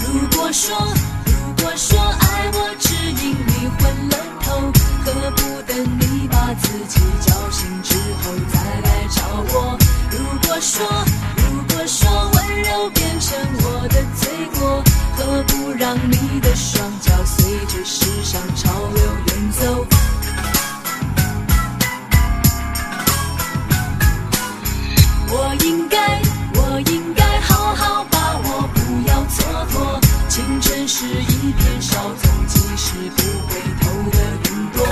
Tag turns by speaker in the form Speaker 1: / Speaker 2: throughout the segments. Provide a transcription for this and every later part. Speaker 1: 如果说，如果说爱我只因你昏了头，何不等你把自己叫醒之后再来找我？如果说，如果说温柔变成我的罪过，何不让你的双脚随着时尚潮流远走？我应该，我应该好好把握，不要蹉跎。青春是一片稍纵即逝，不回头的云朵。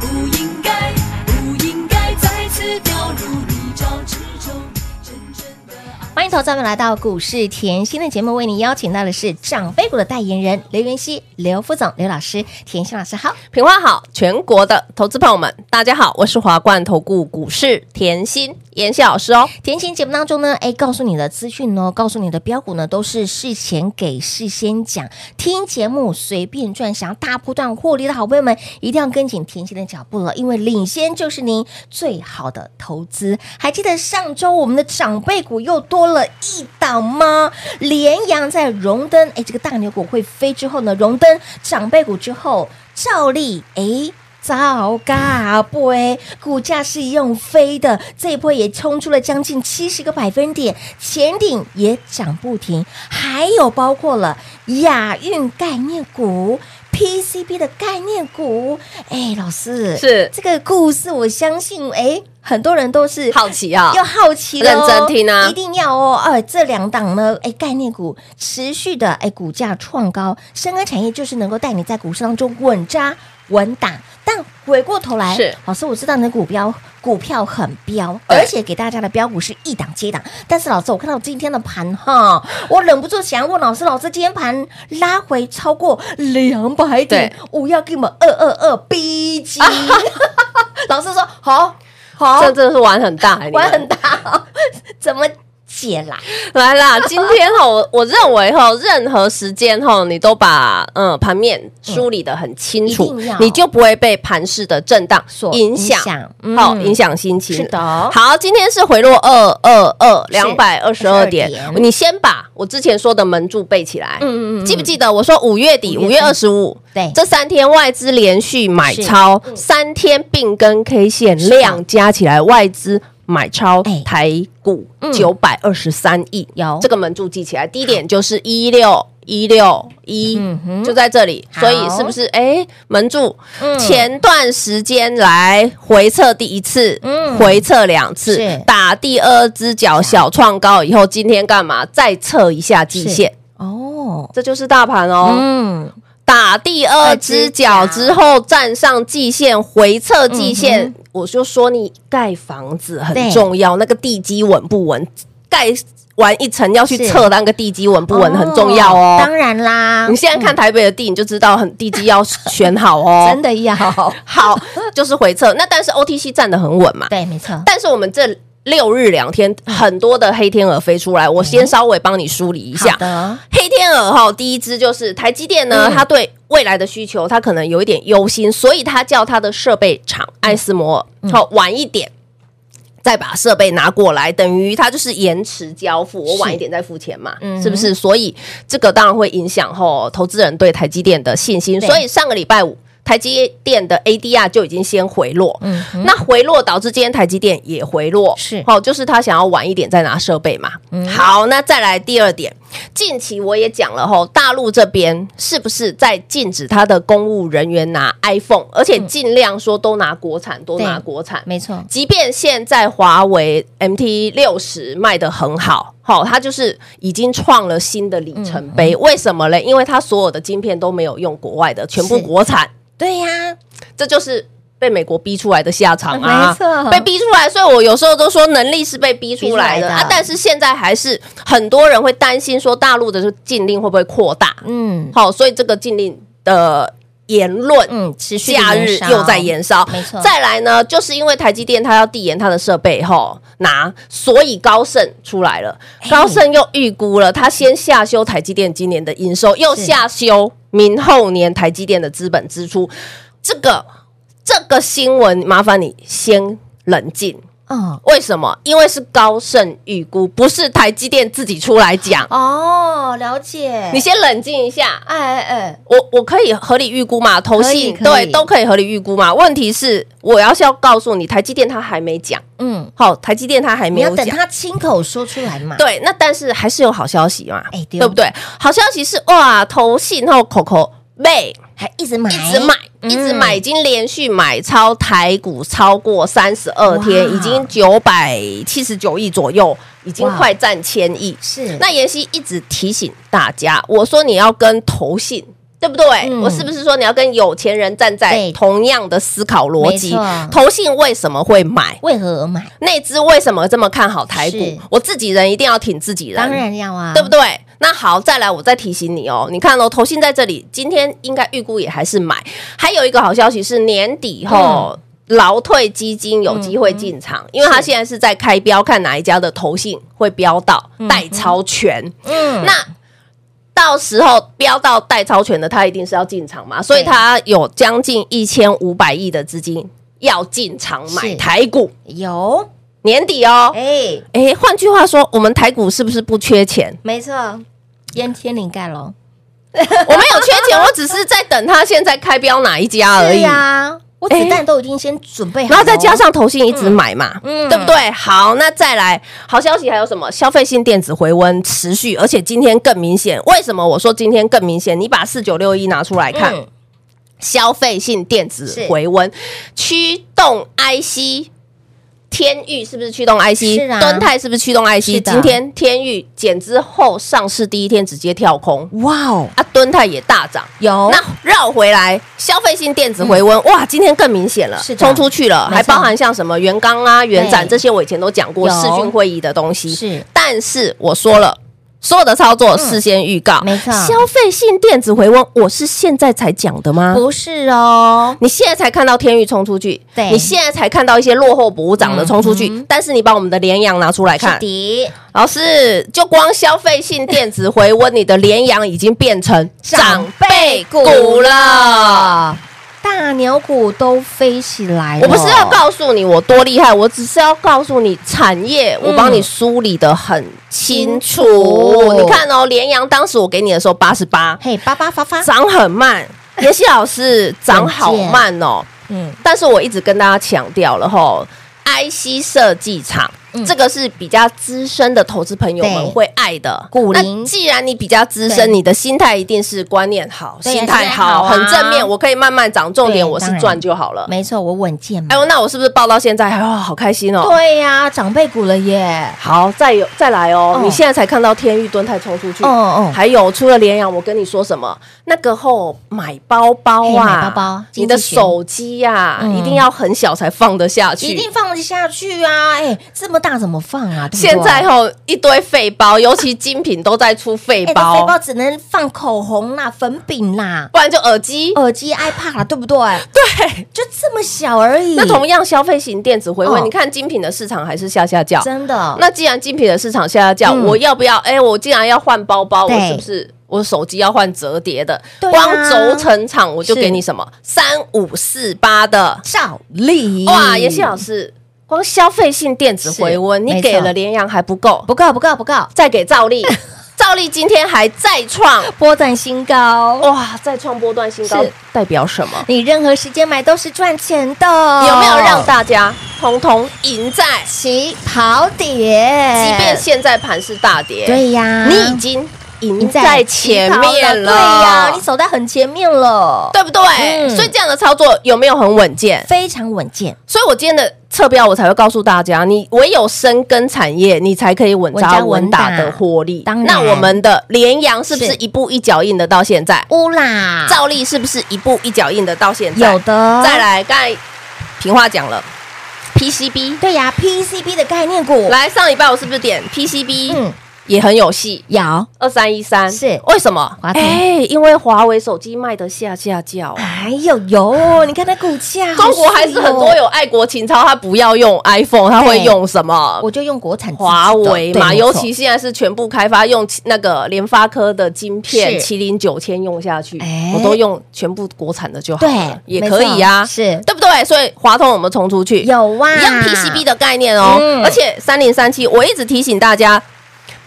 Speaker 1: 不应该，不应该再次掉入泥沼之中。真正的爱。
Speaker 2: 欢迎投资者们来到股市甜心的节目，为您邀请到的是长辈股的代言人刘元熙、刘副总、刘老师、甜心老师好。
Speaker 3: 品花好，全国的投资朋友们，大家好，我是华冠投顾股市甜心妍希老师哦。
Speaker 2: 甜心节目当中呢，哎，告诉你的资讯哦，告诉你的标股呢，都是事前给、事先讲。听节目随便赚，想要大波段获利的好朋友们，一定要跟紧甜心的脚步了，因为领先就是您最好的投资。还记得上周我们的长辈股又多了一档吗？联阳在荣登，哎，这个大牛股会飞之后呢，荣登长辈股之后，照例哎。糟糕，不哎，股价是用飞的，这一波也冲出了将近七十个百分点，前顶也涨不停，还有包括了亚运概念股。PCB 的概念股，哎，老师
Speaker 3: 是
Speaker 2: 这个故事，我相信哎，很多人都是
Speaker 3: 好奇啊、
Speaker 2: 要好奇的、哦，
Speaker 3: 认真听啊
Speaker 2: 一定要哦。呃，这两档呢，哎，概念股持续的哎股价创高，深耕产业就是能够带你在股市当中稳扎稳打。但回过头来，
Speaker 3: 是
Speaker 2: 老师，我知道你的股票股票很飙，
Speaker 3: 对
Speaker 2: 而且给大家的标股是一档接一档。但是老师，我看到今天的盘哈，我忍不住想要问老师，老师今天盘拉回超过两百点，我要给我们二二二逼 急。老师说好，好
Speaker 3: 这，真的是玩很大、欸，你们
Speaker 2: 玩很大，怎么解啦？
Speaker 3: 来啦！今天哈，我我认为哈，任何时间哈，你都把嗯盘面梳理的很清楚
Speaker 2: 嗯一定要，
Speaker 3: 你就不会被盘势的震荡
Speaker 2: 所
Speaker 3: 影
Speaker 2: 影响
Speaker 3: 响，
Speaker 2: 嗯
Speaker 3: 好影响心情。
Speaker 2: 是的
Speaker 3: 好，今天是回落二二二两百二十二点
Speaker 2: 点，
Speaker 3: 你先把我之前说的门柱背起来。
Speaker 2: 嗯嗯嗯嗯
Speaker 3: 记不记得我说五月底
Speaker 2: 五月
Speaker 3: 五月二十五？
Speaker 2: 对
Speaker 3: 这三天外资连续买
Speaker 2: 是嗯
Speaker 3: 超，三天并跟 K 线
Speaker 2: 的
Speaker 3: 量加起来，外资买超
Speaker 2: 哎
Speaker 3: 台股
Speaker 2: 嗯
Speaker 3: 九百二十三亿，
Speaker 2: 有
Speaker 3: 这个门柱记起来。第一点就是一六一六一
Speaker 2: 嗯哼，
Speaker 3: 就在这里，
Speaker 2: 好
Speaker 3: 所以是不是哎门柱
Speaker 2: 嗯
Speaker 3: 前段时间来回测第一次
Speaker 2: 嗯，
Speaker 3: 回测两次
Speaker 2: 是，
Speaker 3: 打第二只脚小创高以后，今天干嘛再测一下季
Speaker 2: 是
Speaker 3: 线？
Speaker 2: 哦，
Speaker 3: 这就是大盘哦。
Speaker 2: 嗯，
Speaker 3: 打第二只脚之后站上季线，回测季线，
Speaker 2: 嗯
Speaker 3: 我就说你盖房子
Speaker 2: 对
Speaker 3: 很重要，那个地基稳不稳？盖完一层要去
Speaker 2: 是
Speaker 3: 测那个地基稳不稳，很重要哦。
Speaker 2: 当然啦，
Speaker 3: 你现在看台北的地，你就知道很地基要选好哦。
Speaker 2: 真的要
Speaker 3: 好，就是回测。那但是 OTC 站得很稳嘛，
Speaker 2: 对，没错，
Speaker 3: 但是我们这六日两天很多的黑天鹅飞出来，我
Speaker 2: 嗯
Speaker 3: 先稍微帮你梳理一下
Speaker 2: 好。的，
Speaker 3: 黑天鹅哈，第一只就是台积电呢，
Speaker 2: 嗯
Speaker 3: 它对未来的需求，它可能有一点忧心，所以它叫它的设备厂
Speaker 2: 嗯
Speaker 3: 艾斯摩尔好晚一点。再把设备拿过来，等于它就是延迟交付，我
Speaker 2: 是
Speaker 3: 晚一点再付钱嘛，
Speaker 2: 嗯哼
Speaker 3: 是不是？所以这个当然会影响吼投资人对台积电的信心。
Speaker 2: 对
Speaker 3: 所以上个礼拜五台积电的 ADR 就已经先回落，
Speaker 2: 嗯哼，
Speaker 3: 那回落导致今天台积电也回落，
Speaker 2: 是嗯
Speaker 3: 哦，就是他想要晚一点再拿设备嘛。好，那再来第二点，近期我也讲了吼，大陆这边是不是在禁止他的公务人员拿 iPhone，而且尽量说都拿国产，都拿
Speaker 2: 对
Speaker 3: 国产。
Speaker 2: 没错，
Speaker 3: 即便现在华为 MT 六十卖得很好，好、它就是已经创了新的里程
Speaker 2: 嗯
Speaker 3: 碑。为什么嘞？因为它所有的晶片都没有用国外的，全部
Speaker 2: 是
Speaker 3: 国产。
Speaker 2: 对呀，
Speaker 3: 这就是被美国逼出来的下场啊，
Speaker 2: 没错
Speaker 3: 被逼出来。所以我有时候都说能力是被逼出来的
Speaker 2: 嗯逼出来的
Speaker 3: 啊，但是现在还是很多人会担心说大陆的这禁令会不会扩大？
Speaker 2: 嗯
Speaker 3: 好、所以这个禁令的言论，
Speaker 2: 嗯，持续地
Speaker 3: 假日
Speaker 2: 延烧嗯
Speaker 3: 又在延烧，
Speaker 2: 没错
Speaker 3: 再来呢，就是因为台积电它要递延它的设备吼拿，所以高盛出来了，
Speaker 2: 哎
Speaker 3: 高盛又预估了，它先下修台积电今年的营收，又
Speaker 2: 是
Speaker 3: 下修明后年台积电的资本支出。这个这个新闻，麻烦你先冷静。
Speaker 2: 哦
Speaker 3: 为什么？因为是高盛预估，不是台积电自己出来讲。
Speaker 2: 哦，了解，
Speaker 3: 你先冷静一下，
Speaker 2: 哎哎哎，
Speaker 3: 我我可以合理预估嘛，投信
Speaker 2: 可以可以
Speaker 3: 对都可以合理预估嘛。问题是，我要是要告诉你，台积电它还没讲，
Speaker 2: 嗯，
Speaker 3: 好，台积电它还没
Speaker 2: 你要
Speaker 3: 有
Speaker 2: 等
Speaker 3: 讲。
Speaker 2: 他亲口说出来嘛，
Speaker 3: 对，那但是还是有好消息嘛，
Speaker 2: 哎对哦
Speaker 3: 对不对？好消息是哇，投信后 Coco 妹
Speaker 2: 还一直买，嗯
Speaker 3: 一直买，一直买，已经连续买超台股超过三十二天，
Speaker 2: 哇
Speaker 3: 已经九百七十九亿左右，已经
Speaker 2: 哇
Speaker 3: 快占千亿。
Speaker 2: 是
Speaker 3: 那妍希一直提醒大家，我说你要跟投信。对不对？
Speaker 2: 嗯
Speaker 3: 我是不是说你要跟有钱人站在
Speaker 2: 对
Speaker 3: 同样的思考逻
Speaker 2: 没
Speaker 3: 辑
Speaker 2: 错？
Speaker 3: 投信为什么会买？
Speaker 2: 为何而买？
Speaker 3: 内资为什么这么看好台
Speaker 2: 是
Speaker 3: 股？我自己人一定要挺自己人，
Speaker 2: 当然要啊，
Speaker 3: 对不？对？那好，再来，我再提醒你哦。你看哦，投信在这里，今天应该预估也还是买。还有一个好消息是，年底后、
Speaker 2: 嗯
Speaker 3: 劳退基金有机会进场，因为它现在是在开标，看哪一家的投信会标到代超权。
Speaker 2: 嗯，
Speaker 3: 那到时候标到代超权的，他一定是要进场嘛，所以他有将近一千五百亿的资金要进场买
Speaker 2: 是
Speaker 3: 台股，
Speaker 2: 有，
Speaker 3: 年底哦。
Speaker 2: 哎，
Speaker 3: 诶，换句话说，我们台股是不是不缺钱？
Speaker 2: 没错，淹天灵盖喽，
Speaker 3: 我没有缺钱，我只是在等他现在开标哪一家而
Speaker 2: 对
Speaker 3: 已。
Speaker 2: 呀，我子弹都已经先准备好，
Speaker 3: 然后再加，上投信一直买嘛，
Speaker 2: 嗯嗯
Speaker 3: 对不对？好，那再来，好消息还有什么？消费性电子回温持续，而且今天更明显。为什么我说今天更明显？你把四九六一拿出来看，
Speaker 2: 嗯
Speaker 3: 消费性电子回温，驱动 IC。天域是不是驱动 IC？
Speaker 2: 是啊
Speaker 3: 敦泰是不是驱动 IC？
Speaker 2: 是的
Speaker 3: 今天天域减资后上市第一天直接跳空，
Speaker 2: 哇哦，
Speaker 3: 啊，敦泰也大涨。
Speaker 2: 有
Speaker 3: 那绕回来，消费性电子回温，哇，今天更明显了
Speaker 2: 嗯是，的
Speaker 3: 冲出去了，
Speaker 2: 没错
Speaker 3: 还包含像什么元刚啊、元展
Speaker 2: 对
Speaker 3: 这些，我以前都讲过
Speaker 2: 有
Speaker 3: 视讯会议的东西。
Speaker 2: 是，嗯
Speaker 3: 但是我说了。所有的操作事先预告，
Speaker 2: 没错
Speaker 3: 消费性电子回温，我是现在才讲的吗？
Speaker 2: 不是哦，
Speaker 3: 你现在才看到天域冲出去，
Speaker 2: 对
Speaker 3: 你现在才看到一些落后补涨的冲出去，
Speaker 2: 嗯
Speaker 3: 但是你把我们的联阳拿出来看
Speaker 2: 是，的，
Speaker 3: 老师，就光消费性电子回温，你的联阳已经变成长辈股了。
Speaker 2: 大牛股都飞起来了，
Speaker 3: 我不是要告诉你我多厉害，我只是要告诉你产业，我帮你梳理的很清
Speaker 2: 嗯清
Speaker 3: 楚。
Speaker 2: 楚
Speaker 3: 你看哦，联阳当时我给你的时候八十八，
Speaker 2: 嘿，八八发 发，
Speaker 3: 涨很慢。妍希老师涨好慢哦，
Speaker 2: 嗯，
Speaker 3: 但是我一直跟大家强调了吼，IC 设计厂。
Speaker 2: 嗯
Speaker 3: 这个是比较资深的投资朋友们
Speaker 2: 对
Speaker 3: 会爱的。
Speaker 2: 股
Speaker 3: 那
Speaker 2: 龄
Speaker 3: 既然你比较资
Speaker 2: 对
Speaker 3: 深，你的心态一定是观念好，
Speaker 2: 对啊
Speaker 3: 心态
Speaker 2: 心态好
Speaker 3: 好，
Speaker 2: 啊
Speaker 3: 很正面，我可以慢慢涨。重点
Speaker 2: 对
Speaker 3: 我
Speaker 2: 当
Speaker 3: 是
Speaker 2: 然
Speaker 3: 赚就好了。
Speaker 2: 没错，我稳健嘛
Speaker 3: 哎，呦，那我是不是报到现在？哎呦，好开心哦！
Speaker 2: 对呀，长辈股了耶，
Speaker 3: 好，再有再来哦
Speaker 2: 哦！
Speaker 3: 你现在才看到天域、敦泰冲出去，
Speaker 2: 哦哦
Speaker 3: 还有除了联阳，我跟你说什么？那个后买包包
Speaker 2: 嘿
Speaker 3: 啊，
Speaker 2: 买包包
Speaker 3: 你的
Speaker 2: 经济学
Speaker 3: 手机呀，
Speaker 2: 嗯
Speaker 3: 一定要很小才放得下去，
Speaker 2: 一定放得下去啊！哎、这么大怎么放啊？对不对
Speaker 3: 现在吼一堆废包，尤其精品都在出废
Speaker 2: 哎，这
Speaker 3: 包，
Speaker 2: 背包只能放口红啦、粉饼啦、
Speaker 3: 不然就耳机。
Speaker 2: 耳机、iPad 啦，对不对？对，就这么小而已。
Speaker 3: 那同样消费型电子回温，
Speaker 2: 哦
Speaker 3: 你看精品的市场还是下下叫。
Speaker 2: 真的
Speaker 3: 那既然精品的市场下下叫，
Speaker 2: 嗯
Speaker 3: 我要不要？哎，我既然要换包包，
Speaker 2: 对
Speaker 3: 我是不是我手机要换折叠的？
Speaker 2: 对啊
Speaker 3: 光轴承厂我就是给你什么三五四八的，
Speaker 2: 照例
Speaker 3: 哇！妍希老师，光消费性电子回温，
Speaker 2: 是
Speaker 3: 你
Speaker 2: 没错
Speaker 3: 给了联阳还不够，
Speaker 2: 不够，不够，不够，
Speaker 3: 再给照例。照照例今天还再创，
Speaker 2: 波段新高。
Speaker 3: 哇，再创波段新高
Speaker 2: 是，
Speaker 3: 代表什么？
Speaker 2: 你任何时间买都是赚钱的，
Speaker 3: 有没有
Speaker 2: 哦
Speaker 3: 让大家通通赢在？
Speaker 2: 起跑点？
Speaker 3: 即便现在盘是大跌，
Speaker 2: 哎对呀，
Speaker 3: 你已经赢
Speaker 2: 赢
Speaker 3: 在前面
Speaker 2: 起跑对呀，
Speaker 3: 了
Speaker 2: 你，走在很前面了，
Speaker 3: 对不对？
Speaker 2: 嗯
Speaker 3: 所以这样的操作有没有很稳健？
Speaker 2: 非常稳健，
Speaker 3: 所以我今天的侧标，我才会告诉大家，你唯有深耕产业，你才可以稳
Speaker 2: 稳扎
Speaker 3: 扎
Speaker 2: 稳
Speaker 3: 稳
Speaker 2: 打
Speaker 3: 打的获利。
Speaker 2: 当然
Speaker 3: 那我们的联阳是不是
Speaker 2: 是
Speaker 3: 一步一脚印的到现在？
Speaker 2: 乌啦，
Speaker 3: 照例是不是一步一脚印的到现在？
Speaker 2: 有的
Speaker 3: 再，来，刚才平话讲了 PCB，
Speaker 2: 对呀，PCB 的概念股，
Speaker 3: 来上礼拜我是不是点 PCB？
Speaker 2: 嗯，
Speaker 3: 也很有戏。
Speaker 2: 有，
Speaker 3: 二三一三
Speaker 2: 是
Speaker 3: 为什么？
Speaker 2: 华
Speaker 3: 哎
Speaker 2: 通
Speaker 3: 因为华为手机卖的下下叫、啊。
Speaker 2: 哎呦 呦，你看它股价，
Speaker 3: 中国还是很多
Speaker 2: 有，
Speaker 3: 有爱国情操，他不要用 iPhone，他会用什么？
Speaker 2: 我就用国产自己的
Speaker 3: 华为
Speaker 2: 对
Speaker 3: 嘛，
Speaker 2: 没错
Speaker 3: 尤其现在是全部开发用那个联发科的晶片，
Speaker 2: 是
Speaker 3: 麒麟九千用下去
Speaker 2: 哎，
Speaker 3: 我都用全部国产的就好
Speaker 2: 对
Speaker 3: 了，也可以呀、
Speaker 2: 没错是
Speaker 3: 对不对？所以华通我们冲出去，
Speaker 2: 有啊，
Speaker 3: 一样 PCB 的概念哦，
Speaker 2: 嗯
Speaker 3: 而且三零三七，我一直提醒大家。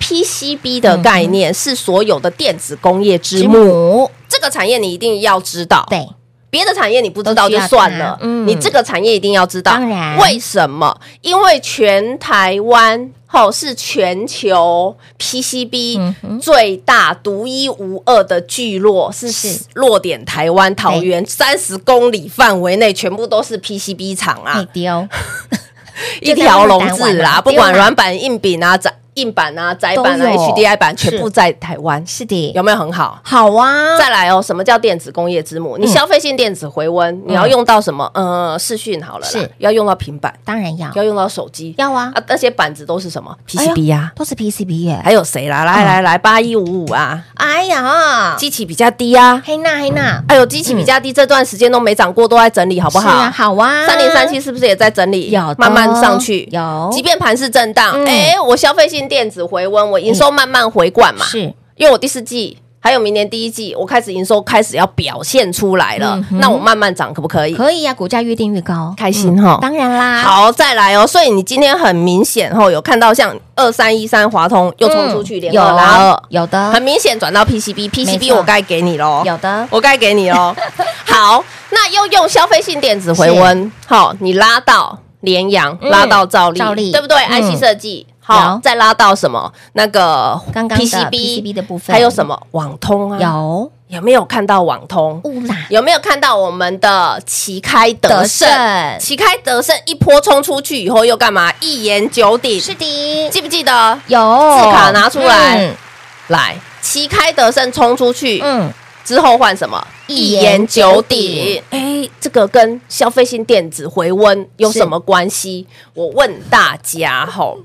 Speaker 3: PCB 的概念是所有的电子工业之母，
Speaker 2: 嗯母，
Speaker 3: 这个产业你一定要知道。
Speaker 2: 对，
Speaker 3: 别的产业你不知道就算
Speaker 2: 都需要
Speaker 3: 了，
Speaker 2: 它嗯
Speaker 3: 你这个产业一定要知道。
Speaker 2: 当然
Speaker 3: 为什么？因为全台湾吼是全球 PCB
Speaker 2: 嗯哼
Speaker 3: 最大、独一无二的聚落，
Speaker 2: 是
Speaker 3: 是落点台湾桃园三十公里范围内，全部都是 PCB 厂啊。
Speaker 2: 你 丢，
Speaker 3: 一条龙
Speaker 2: 就在那
Speaker 3: 制
Speaker 2: 边打完了
Speaker 3: 啦，不管
Speaker 2: 对啦
Speaker 3: 软板、硬板啊、窄硬板啊、窄板啊、
Speaker 2: 都有
Speaker 3: HDI 板，
Speaker 2: 是
Speaker 3: 全部在台湾，
Speaker 2: 是的，
Speaker 3: 有没有很好？
Speaker 2: 好啊，
Speaker 3: 再来哦，什么叫电子工业之母？
Speaker 2: 嗯
Speaker 3: 你消费性电子回温，你要用到什么？呃，视讯好了啦
Speaker 2: 是，
Speaker 3: 要用到平板，
Speaker 2: 当然要
Speaker 3: 要用到手机
Speaker 2: 要啊，
Speaker 3: 啊，那哎些板子都是什么
Speaker 2: 哎呦嗯
Speaker 3: ？PCB 呀，
Speaker 2: 都是 PCB 耶，
Speaker 3: 啊还有谁啦？来来来，八一五五啊，
Speaker 2: 哎呀，
Speaker 3: 机器比较低啊，
Speaker 2: 黑娜黑娜，
Speaker 3: 哎呦，机器比较低，这段时间都没涨过，都在整理，好不
Speaker 2: 是啊，
Speaker 3: 好？
Speaker 2: 好啊，
Speaker 3: 三零三七是不是也在整理？
Speaker 2: 有的
Speaker 3: 慢慢上去，
Speaker 2: 有
Speaker 3: 即便盘是震荡，
Speaker 2: 嗯
Speaker 3: 哎、我消费性电子回温，我营收慢慢回灌嘛，
Speaker 2: 是
Speaker 3: 因为我第四季还有明年第一季，我开始营收开始要表现出来了，
Speaker 2: 嗯哼
Speaker 3: 那我慢慢涨可不可以？
Speaker 2: 可以呀，啊股价越定越高，
Speaker 3: 开心哈、
Speaker 2: 当然啦，，
Speaker 3: 哎哦好，再来哦。所以你今天很明显吼，有看到像二三一三华通又冲出去，连
Speaker 2: 有
Speaker 3: 二拉二，
Speaker 2: 嗯有
Speaker 3: 很
Speaker 2: 的，
Speaker 3: 明显转到 PCB，PCB
Speaker 2: 错
Speaker 3: 我该给你喽，
Speaker 2: 有的，
Speaker 3: 我该给 你喽。好，那又用消费性电子回温，好，你拉到联阳，
Speaker 2: 嗯
Speaker 3: 拉到兆利，
Speaker 2: 兆利
Speaker 3: 对不对
Speaker 2: 嗯
Speaker 3: ？IC 设计，
Speaker 2: 有
Speaker 3: 好，再拉到什么？那个
Speaker 2: 刚刚的 PCB 的部分
Speaker 3: 还有什么网通啊？
Speaker 2: 有
Speaker 3: 有没有看到网通？
Speaker 2: 乌啦，
Speaker 3: 有没有看到我们的旗开得胜
Speaker 2: 得胜？
Speaker 3: 旗开得胜一波冲出去以后又干嘛？一言九鼎，
Speaker 2: 是的，
Speaker 3: 记不记得？
Speaker 2: 有
Speaker 3: 字卡拿出来
Speaker 2: 嗯
Speaker 3: 来，旗开得胜冲出去，
Speaker 2: 嗯，
Speaker 3: 之后换什么？
Speaker 2: 一
Speaker 3: 一
Speaker 2: 言
Speaker 3: 言
Speaker 2: 九
Speaker 3: 九
Speaker 2: 鼎
Speaker 3: 鼎。哎，这个跟消费性电子回温有什么关系？我问大家吼。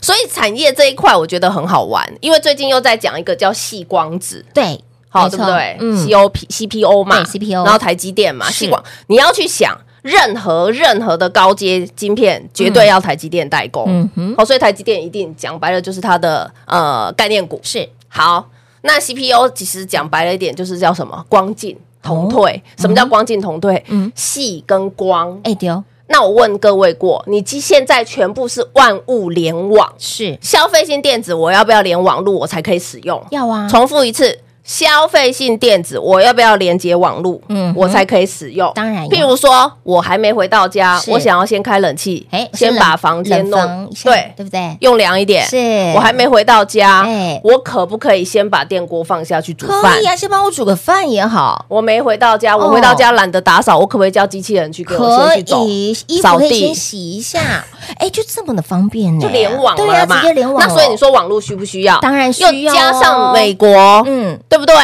Speaker 3: 所以产业这一块我觉得很好玩，因为最近又在讲一个叫细光子，
Speaker 2: 对，
Speaker 3: 好
Speaker 2: 没
Speaker 3: 对
Speaker 2: 错
Speaker 3: 不对？
Speaker 2: 嗯
Speaker 3: 嗯，COP CPO 嘛
Speaker 2: 对，CPO
Speaker 3: 然后台积电嘛，
Speaker 2: 是
Speaker 3: 细光，你要去想。任何任何的高阶晶片，绝对要台积电代工。
Speaker 2: 嗯哼
Speaker 3: 好，所以台积电一定讲白了就是它的呃概念股。
Speaker 2: 是
Speaker 3: 好，那 CPU 其实讲白了一点，就是叫什么光进同退。什么叫光进同退？
Speaker 2: 嗯
Speaker 3: 嗯，细跟光。
Speaker 2: 哎丢
Speaker 3: 那我问各位过，你今现在全部是万物联网，
Speaker 2: 是
Speaker 3: 消费性电子，我要不要连网络我才可以使用？
Speaker 2: 要啊，
Speaker 3: 重复一次。消费性电子，我要不要连接网络？
Speaker 2: 嗯
Speaker 3: 嗯
Speaker 2: 哼，
Speaker 3: 我才可以使用。
Speaker 2: 当然要
Speaker 3: 譬如说，我还没回到家，
Speaker 2: 是
Speaker 3: 我想要先开冷气
Speaker 2: 哎，，
Speaker 3: 先
Speaker 2: 冷
Speaker 3: 把房间
Speaker 2: 冷
Speaker 3: 弄
Speaker 2: 房一下
Speaker 3: 对，
Speaker 2: 对不对？
Speaker 3: 用凉一点。
Speaker 2: 是
Speaker 3: 我还没回到家
Speaker 2: 哎，
Speaker 3: 我可不可以先把电锅放下去煮
Speaker 2: 可
Speaker 3: 饭
Speaker 2: 以？啊，先帮我煮个饭也好，
Speaker 3: 我没回到家，
Speaker 2: 哦
Speaker 3: 我回到家懒得打扫，我可不可以叫机器人去给我
Speaker 2: 可
Speaker 3: 先去走
Speaker 2: 以，衣服
Speaker 3: 扫
Speaker 2: 可以先
Speaker 3: 地？
Speaker 2: 洗一下，哎，就这么的方便呢，
Speaker 3: 就联网
Speaker 2: 对啊，
Speaker 3: 了嘛，
Speaker 2: 直接联网了，
Speaker 3: 那所以你说网络需不需要？
Speaker 2: 当然需要哦
Speaker 3: 又加上美国，
Speaker 2: 嗯，
Speaker 3: 对不对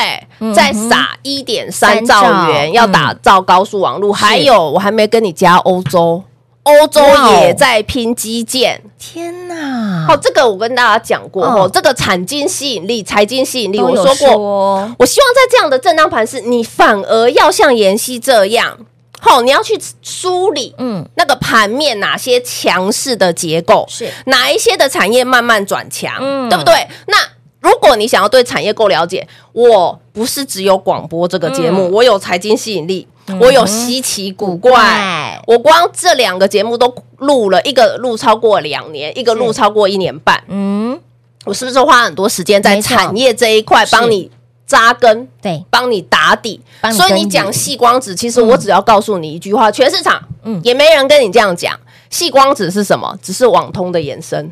Speaker 2: 嗯？
Speaker 3: 再撒一点
Speaker 2: 三
Speaker 3: 三
Speaker 2: 兆
Speaker 3: 兆元，要打造高速网络。还有，我还没跟你加欧洲，欧洲
Speaker 2: 哇哦
Speaker 3: 也在拼基建。
Speaker 2: 天哪，
Speaker 3: 哦，这个我跟大家讲过
Speaker 2: 嗯
Speaker 3: 哦，这个产经吸引力、财经吸引力，
Speaker 2: 都
Speaker 3: 我
Speaker 2: 有
Speaker 3: 说过。
Speaker 2: 过，
Speaker 3: 我希望在这样的震荡盘市，你反而要像妍希这样，吼，你要去梳理，
Speaker 2: 嗯
Speaker 3: 嗯，那个盘面哪些强势的结构
Speaker 2: 是
Speaker 3: 哪一些的产业慢慢转强，
Speaker 2: 嗯
Speaker 3: 对不对？那如果你想要对产业够了解，我不是只有广播这个节目，
Speaker 2: 嗯
Speaker 3: 我有财经吸引力，我有稀奇古怪。
Speaker 2: 怪
Speaker 3: 我光这两个节目都录了一个录超过两年，一个录超过一年半，
Speaker 2: 嗯，
Speaker 3: 我是不是花很多时间在
Speaker 2: 没错
Speaker 3: 产业这一块
Speaker 2: 是
Speaker 3: 帮你扎根？
Speaker 2: 对，
Speaker 3: 帮你打底
Speaker 2: 帮，你
Speaker 3: 所以
Speaker 2: 耕
Speaker 3: 你
Speaker 2: 耘
Speaker 3: 讲细光子，其实我只要告诉你一句话，全市场
Speaker 2: 嗯
Speaker 3: 也没人跟你这样讲。细光子是什么？只是网通的延伸。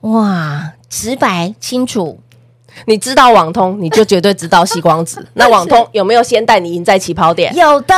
Speaker 2: 哇，直白清楚，
Speaker 3: 你知道网通，你就绝对知道细光子。那网通有没有先带你赢在起跑点？
Speaker 2: 有的，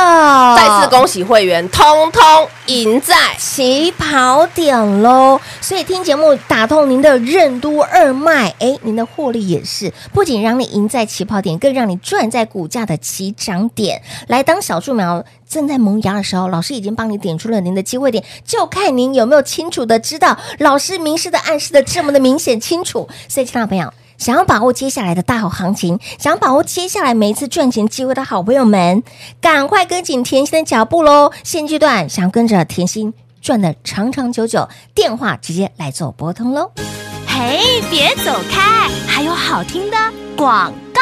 Speaker 3: 再次恭喜会员，通通赢在。
Speaker 2: 起跑点喽。所以听节目打通您的任督二脉，哎，您的获利也是不仅让你赢在起跑点，更让你赚在股价的起涨点。来，当小树苗正在萌芽的时候，老师已经帮你点出了您的机会点，就看您有没有清楚的知道，老师明示的暗示的这么的明显清楚。所以，亲爱的朋友。想要把握接下来的大好行情，想要把握接下来每一次赚钱机会的好朋友们，赶快跟紧甜心的脚步喽！现阶段想跟着甜心赚的长长久久，电话直接来做拨通喽。
Speaker 4: 嘿，别走开，还有好听的广告。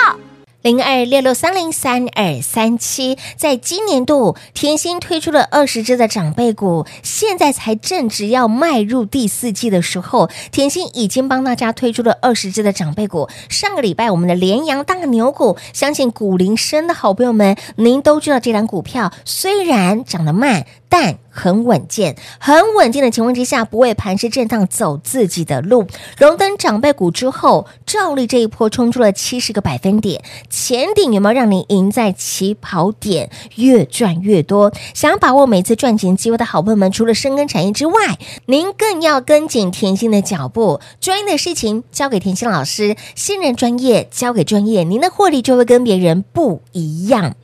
Speaker 2: 零二六六三零三二三七，在今年度甜心推出了二十只的长辈股，现在才正值要迈入第四季的时候，甜心已经帮大家推出了二十只的长辈股。上个礼拜我们的连阳大牛股，相信股龄深的好朋友们，您都知道这档股票虽然涨得慢，但很稳健，很稳健的情况之下，不为盘势震荡走自己的路。荣登长辈股之后，照例这一波冲出了七十个百分点，前顶有没有让你赢在起跑点？越赚越多。想要把握每次赚钱机会的好朋友们，除了深耕产业之外，您更要跟紧甜心的脚步，专业的事情交给甜心老师，信任专业交给专业，您的获利就会跟别人不一样。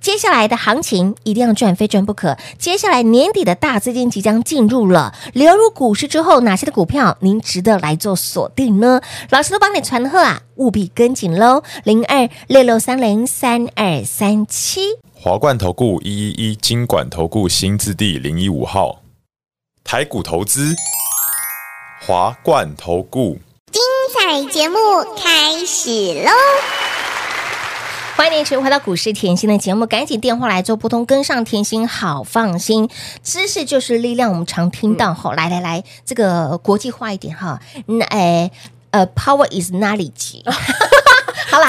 Speaker 2: 接下来的行情一定要赚，非赚不可。接下来年底的大资金即将进入了，流入股市之后，哪些的股票您值得来做锁定呢？老师都帮你传贺啊，务必跟紧喽！零二六六三零三二三七。
Speaker 5: 华冠投顾一一一金管投顾新字第零一五号，台股投资，华冠投顾。
Speaker 6: 彩节目开始喽！
Speaker 2: 欢迎您持续回到股市甜心的节目，赶紧电话来做拨通，跟上甜心好放心。知识就是力量，我们常听到吼、来来来，这个国际化一点哈，嗯，哎，呃，power is knowledge。好啦，好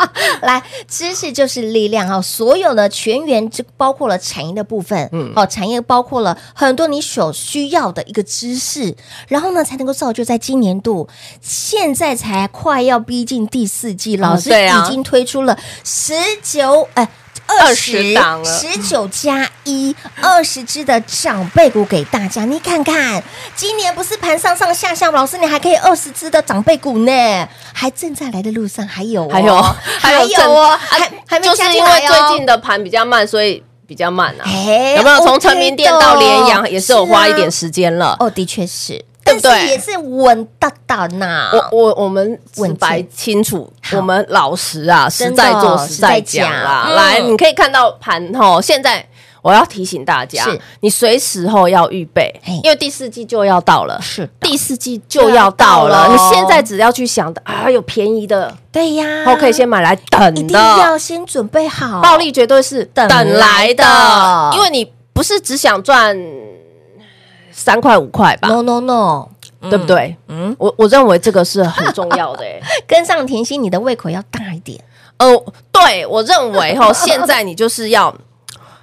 Speaker 2: 啦 来，知识就是力量哈、所有的全员，这包括了产业的部分，嗯，哦，产业包括了很多你所需要的一个知识，然后呢，才能够造就在今年度，现在才快要逼近第四季，老师
Speaker 3: 对啊
Speaker 2: 已经推出了十九哎。二十
Speaker 3: 20档了
Speaker 2: 十九加一，二十只的长辈股给大家，你看看，今年不是盘上上下下吗，老师你还可以二十只的长辈股呢，还正在来的路上，还有、哦，
Speaker 3: 还有啊
Speaker 2: 还有哦，还还没
Speaker 3: 就
Speaker 2: 加
Speaker 3: 是
Speaker 2: 进
Speaker 3: 因
Speaker 2: 来
Speaker 3: 为
Speaker 2: 哦
Speaker 3: 最近的盘比较慢，所以比较慢啊。
Speaker 2: 哎
Speaker 3: 有没有从
Speaker 2: OK
Speaker 3: 成名店到联
Speaker 2: 的
Speaker 3: 阳，也是有花一点时间了。
Speaker 2: 哦，的确是，
Speaker 3: 对不对
Speaker 2: 但是也是稳当当呐。
Speaker 3: 我我我们
Speaker 2: 稳
Speaker 3: 直白
Speaker 2: 健
Speaker 3: 清楚，
Speaker 2: 好
Speaker 3: 我们老实啊，实
Speaker 2: 真的
Speaker 3: 在做
Speaker 2: 实
Speaker 3: 实在
Speaker 2: 在讲
Speaker 3: 讲啦。
Speaker 2: 嗯
Speaker 3: 来，你可以看到盘吼，现在。我要提醒大家
Speaker 2: 是，
Speaker 3: 你随时候要预备
Speaker 2: 嘿，
Speaker 3: 因为第四季就要到了，
Speaker 2: 是的
Speaker 3: 第四季就要到
Speaker 2: 就要到了
Speaker 3: 了。
Speaker 2: 哦
Speaker 3: 你现在只要去想的啊，有便宜的，
Speaker 2: 对呀，
Speaker 3: 我可以先买来等
Speaker 2: 一定
Speaker 3: 的，
Speaker 2: 要先准备好
Speaker 3: 暴利绝对是
Speaker 2: 等
Speaker 3: 等
Speaker 2: 来
Speaker 3: 来
Speaker 2: 的
Speaker 3: 的，因为你不是只想赚三块五块吧，
Speaker 2: ，no no no，
Speaker 3: 对不对？
Speaker 2: 嗯
Speaker 3: 嗯，我我认为这个是很重要的欸，
Speaker 2: 跟上甜心，你的胃口要大一点，
Speaker 3: 呃，对我认为哈，现在你就是要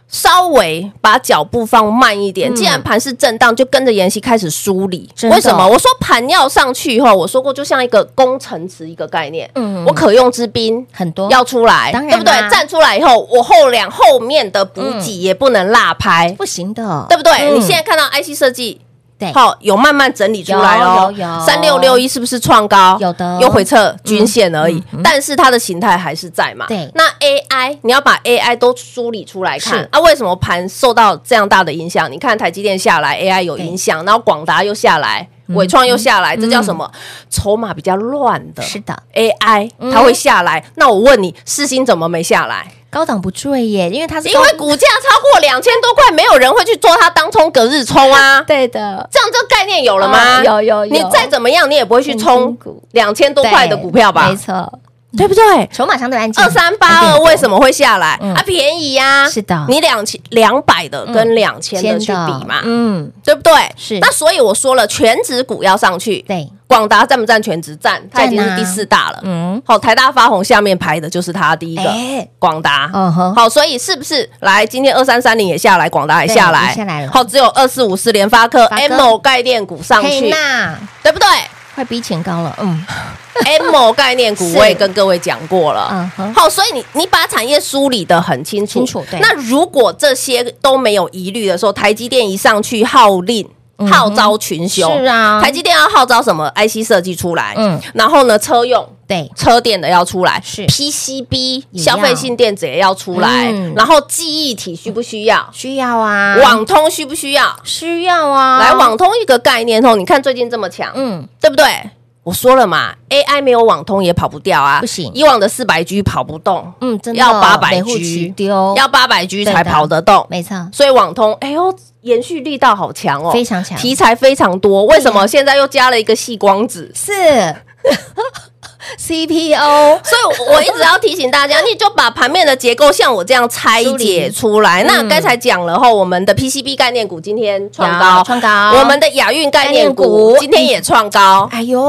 Speaker 3: 稍微把脚步放慢一点。既然盘是震荡，就跟着妍希开始梳理。
Speaker 2: 嗯真的
Speaker 3: 为什么？我说盘要上去后，我说过就像一个工程池一个概念，
Speaker 2: 嗯
Speaker 3: 我可用之兵。
Speaker 2: 很多
Speaker 3: 要出来，
Speaker 2: 当然
Speaker 3: 对不对
Speaker 2: 啦？
Speaker 3: 站出来以后，我后两后面的补给也不能落拍，
Speaker 2: 不行的，
Speaker 3: 对不对？
Speaker 2: 嗯
Speaker 3: 你现在看到 IC 设计
Speaker 2: 对，
Speaker 3: 好、有慢慢整理出来哦。
Speaker 2: 有有有
Speaker 3: 三六六一是不是创高？
Speaker 2: 有的嗯
Speaker 3: 有回撤均线而已，但是它的形态还是在嘛。
Speaker 2: 对
Speaker 3: 那 AI 你要把 AI 都梳理出来看
Speaker 2: 是
Speaker 3: 啊，为什么盘受到这样大的影响？你看台积电下来，AI 有影响，然后广达又下来。
Speaker 2: 嗯
Speaker 3: 伟创又下来，这叫什么？筹码比较乱的，
Speaker 2: 是嗯的
Speaker 3: ，AI 它会下来。那我问你，世星怎么没下来？
Speaker 2: 高档不坠耶，因为它是
Speaker 3: 因为
Speaker 2: 高
Speaker 3: 股价超过两千多块，没有人会去做它当冲隔日冲啊。
Speaker 2: 对的，
Speaker 3: 这样这概念有了吗？
Speaker 2: 啊有有有
Speaker 3: 你再怎么样，你也不会去
Speaker 2: 现金
Speaker 3: 冲
Speaker 2: 股
Speaker 3: 两千多块的股票吧
Speaker 2: 没？错，
Speaker 3: 对不对？
Speaker 2: 筹码相对安静，
Speaker 3: 二三八二为什
Speaker 2: 么？
Speaker 3: 么会下来
Speaker 2: 嗯
Speaker 3: 啊？便宜呀，
Speaker 2: 是的
Speaker 3: 你两千两百的跟两千的
Speaker 2: 先
Speaker 3: 去比嘛，
Speaker 2: 嗯，
Speaker 3: 对不对？
Speaker 2: 是
Speaker 3: 那所以我说了，全指股要上去，
Speaker 2: 对，
Speaker 3: 广达占不占全值占？它已经
Speaker 2: 占啊
Speaker 3: 是第四大了。
Speaker 2: 嗯，
Speaker 3: 好，台大发红下面排的就是它第一个
Speaker 2: 哎
Speaker 3: 广达。
Speaker 2: 嗯哼，
Speaker 3: 好，所以是不是来今天二三三零也下来，广达也下
Speaker 2: 对
Speaker 3: 来，
Speaker 2: 也下来了
Speaker 3: 好，只有二四五四联发科、
Speaker 2: 发科
Speaker 3: M 某概念股上
Speaker 2: 佩
Speaker 3: 去，
Speaker 2: 纳
Speaker 3: 对不对
Speaker 2: 快比前高了，嗯，
Speaker 3: ？M 某概念股
Speaker 2: 是
Speaker 3: 我也跟各位讲过
Speaker 2: 嗯
Speaker 3: 了
Speaker 2: 哼。
Speaker 3: 好，所以你你把产业梳理的很清楚。
Speaker 2: 清楚对
Speaker 3: 那如果这些都没有疑虑的时候，台积电一上去号令
Speaker 2: 嗯哼
Speaker 3: 号召群雄，
Speaker 2: 是啊
Speaker 3: 台积电要号召什么 IC 设计出来，
Speaker 2: 嗯
Speaker 3: 嗯，然后呢车用。
Speaker 2: 对，
Speaker 3: 车电的要出来，
Speaker 2: 是
Speaker 3: PCB
Speaker 2: 也要
Speaker 3: 消费性电子也要出来，
Speaker 2: 嗯
Speaker 3: 然后记忆体需不需要？
Speaker 2: 需要啊，
Speaker 3: 网通需不需要？
Speaker 2: 需要啊，
Speaker 3: 来，网通一个概念哦，你看最近这么强，
Speaker 2: 嗯，
Speaker 3: 对不对？我说了嘛，AI 没有网通也跑不掉啊，
Speaker 2: 不行
Speaker 3: 以往的四百 G 跑不动，
Speaker 2: 嗯，真的
Speaker 3: 要八百
Speaker 2: 每户取
Speaker 3: G
Speaker 2: 丢，
Speaker 3: 要八百
Speaker 2: 对
Speaker 3: G
Speaker 2: 的
Speaker 3: 才跑得动，
Speaker 2: 没错，
Speaker 3: 所以网通，哎呦，延续力道好强哦，
Speaker 2: 非常强
Speaker 3: 题材非常多。为什么现在又加了一个细光子？
Speaker 2: 是 CPO，
Speaker 3: 所以我，我一直要提醒大家，你就把盘面的结构像我这样拆
Speaker 2: 梳理
Speaker 3: 解出来。那
Speaker 2: 嗯
Speaker 3: 刚才讲了后，我们的 PCB 概念股今天创
Speaker 2: 有
Speaker 3: 高，
Speaker 2: 创高
Speaker 3: 我们的亚运概
Speaker 2: 概
Speaker 3: 念
Speaker 2: 念
Speaker 3: 股
Speaker 2: 股
Speaker 3: 今天也创高
Speaker 2: 哎呦，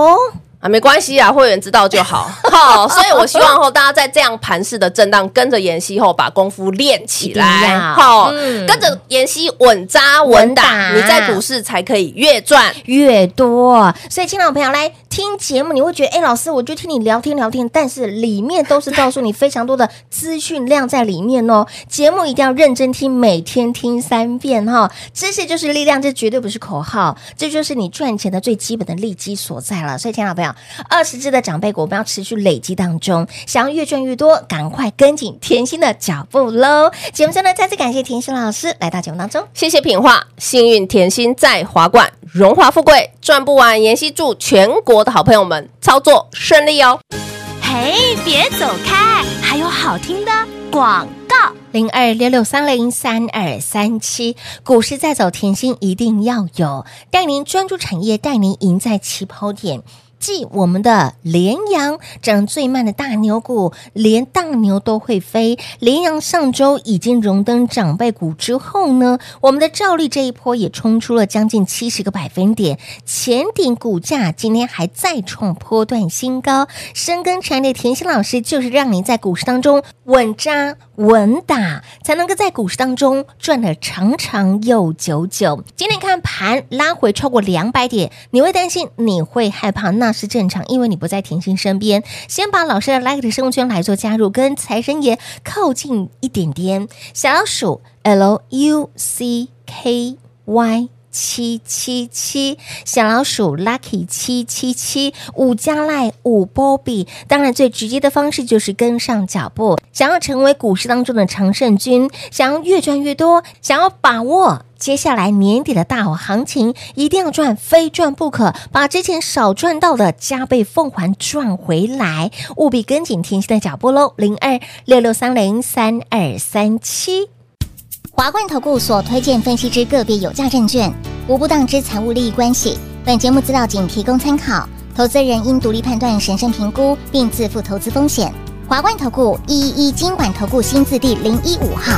Speaker 3: 啊，没关系啊，会员知道 就好。好，所以我希望后大家在这样盘式的震荡，跟着妍希后把功夫练起
Speaker 2: 一定
Speaker 3: 来
Speaker 2: 要，
Speaker 3: 好，
Speaker 2: 嗯
Speaker 3: 跟着妍希稳扎
Speaker 2: 稳
Speaker 3: 稳
Speaker 2: 打
Speaker 3: 打，你在股市才可以越赚。
Speaker 2: 越多，所以亲爱的朋友来听节目，你会觉得，哎，老师，我就听你聊天聊天，但是里面都是告诉你非常多的资讯量在里面哦。节目一定要认真听，每天听三遍哈、知识就是力量，这绝对不是口号，这就是你赚钱的最基本的利基所在了。所以，亲爱的朋友，二十只的长辈股，我们要持续累积当中，想要越赚越多，赶快跟紧甜心的脚步喽。节目中呢，再次感谢甜心老师来到节目当中。
Speaker 3: 谢谢品画，幸运甜心在华冠，荣华富贵赚不完。妍希祝全国的好朋友们操作顺利哦！
Speaker 4: 嘿，别走开，还有好听的广告。
Speaker 2: 零二六六三零三二三七，股市再走，甜心一定要有，带您专注产业，带您赢在起跑点。继我们的联阳涨最慢的大牛股，连大牛都会飞。联阳上周已经荣登长辈股之后呢，我们的照例这一波也冲出了将近七十个百分点，前顶股价今天还再创波段新高。深耕产业的甜心老师就是让您在股市当中稳扎稳打，才能够在股市当中赚得长长又久久。今天看盘拉回超过两百点，你会担心，你会害怕，那是正常，因为你不在甜心身边。先把老师的 Like 的生物圈来做加入，跟财神爷靠近一点点。小老鼠 L U C K Y。七七七，小老鼠 Lucky 七七七，五加赖五波比。当然，最直接的方式就是跟上脚步。想要成为股市当中的常胜军，想要越赚越多，想要把握。接下来年底的大好行情，一定要赚，非赚不可！把之前少赚到的加倍奉还赚回来，务必跟紧甜心的脚步喽！零二六六三零三二三七。
Speaker 7: 华冠投顾所推荐分析之个别有价证券，无不当之财务利益关系。本节目资料仅提供参考，投资人应独立判断、审慎评估，并自负投资风险。华冠投顾一一一金管投顾新字第零一五号。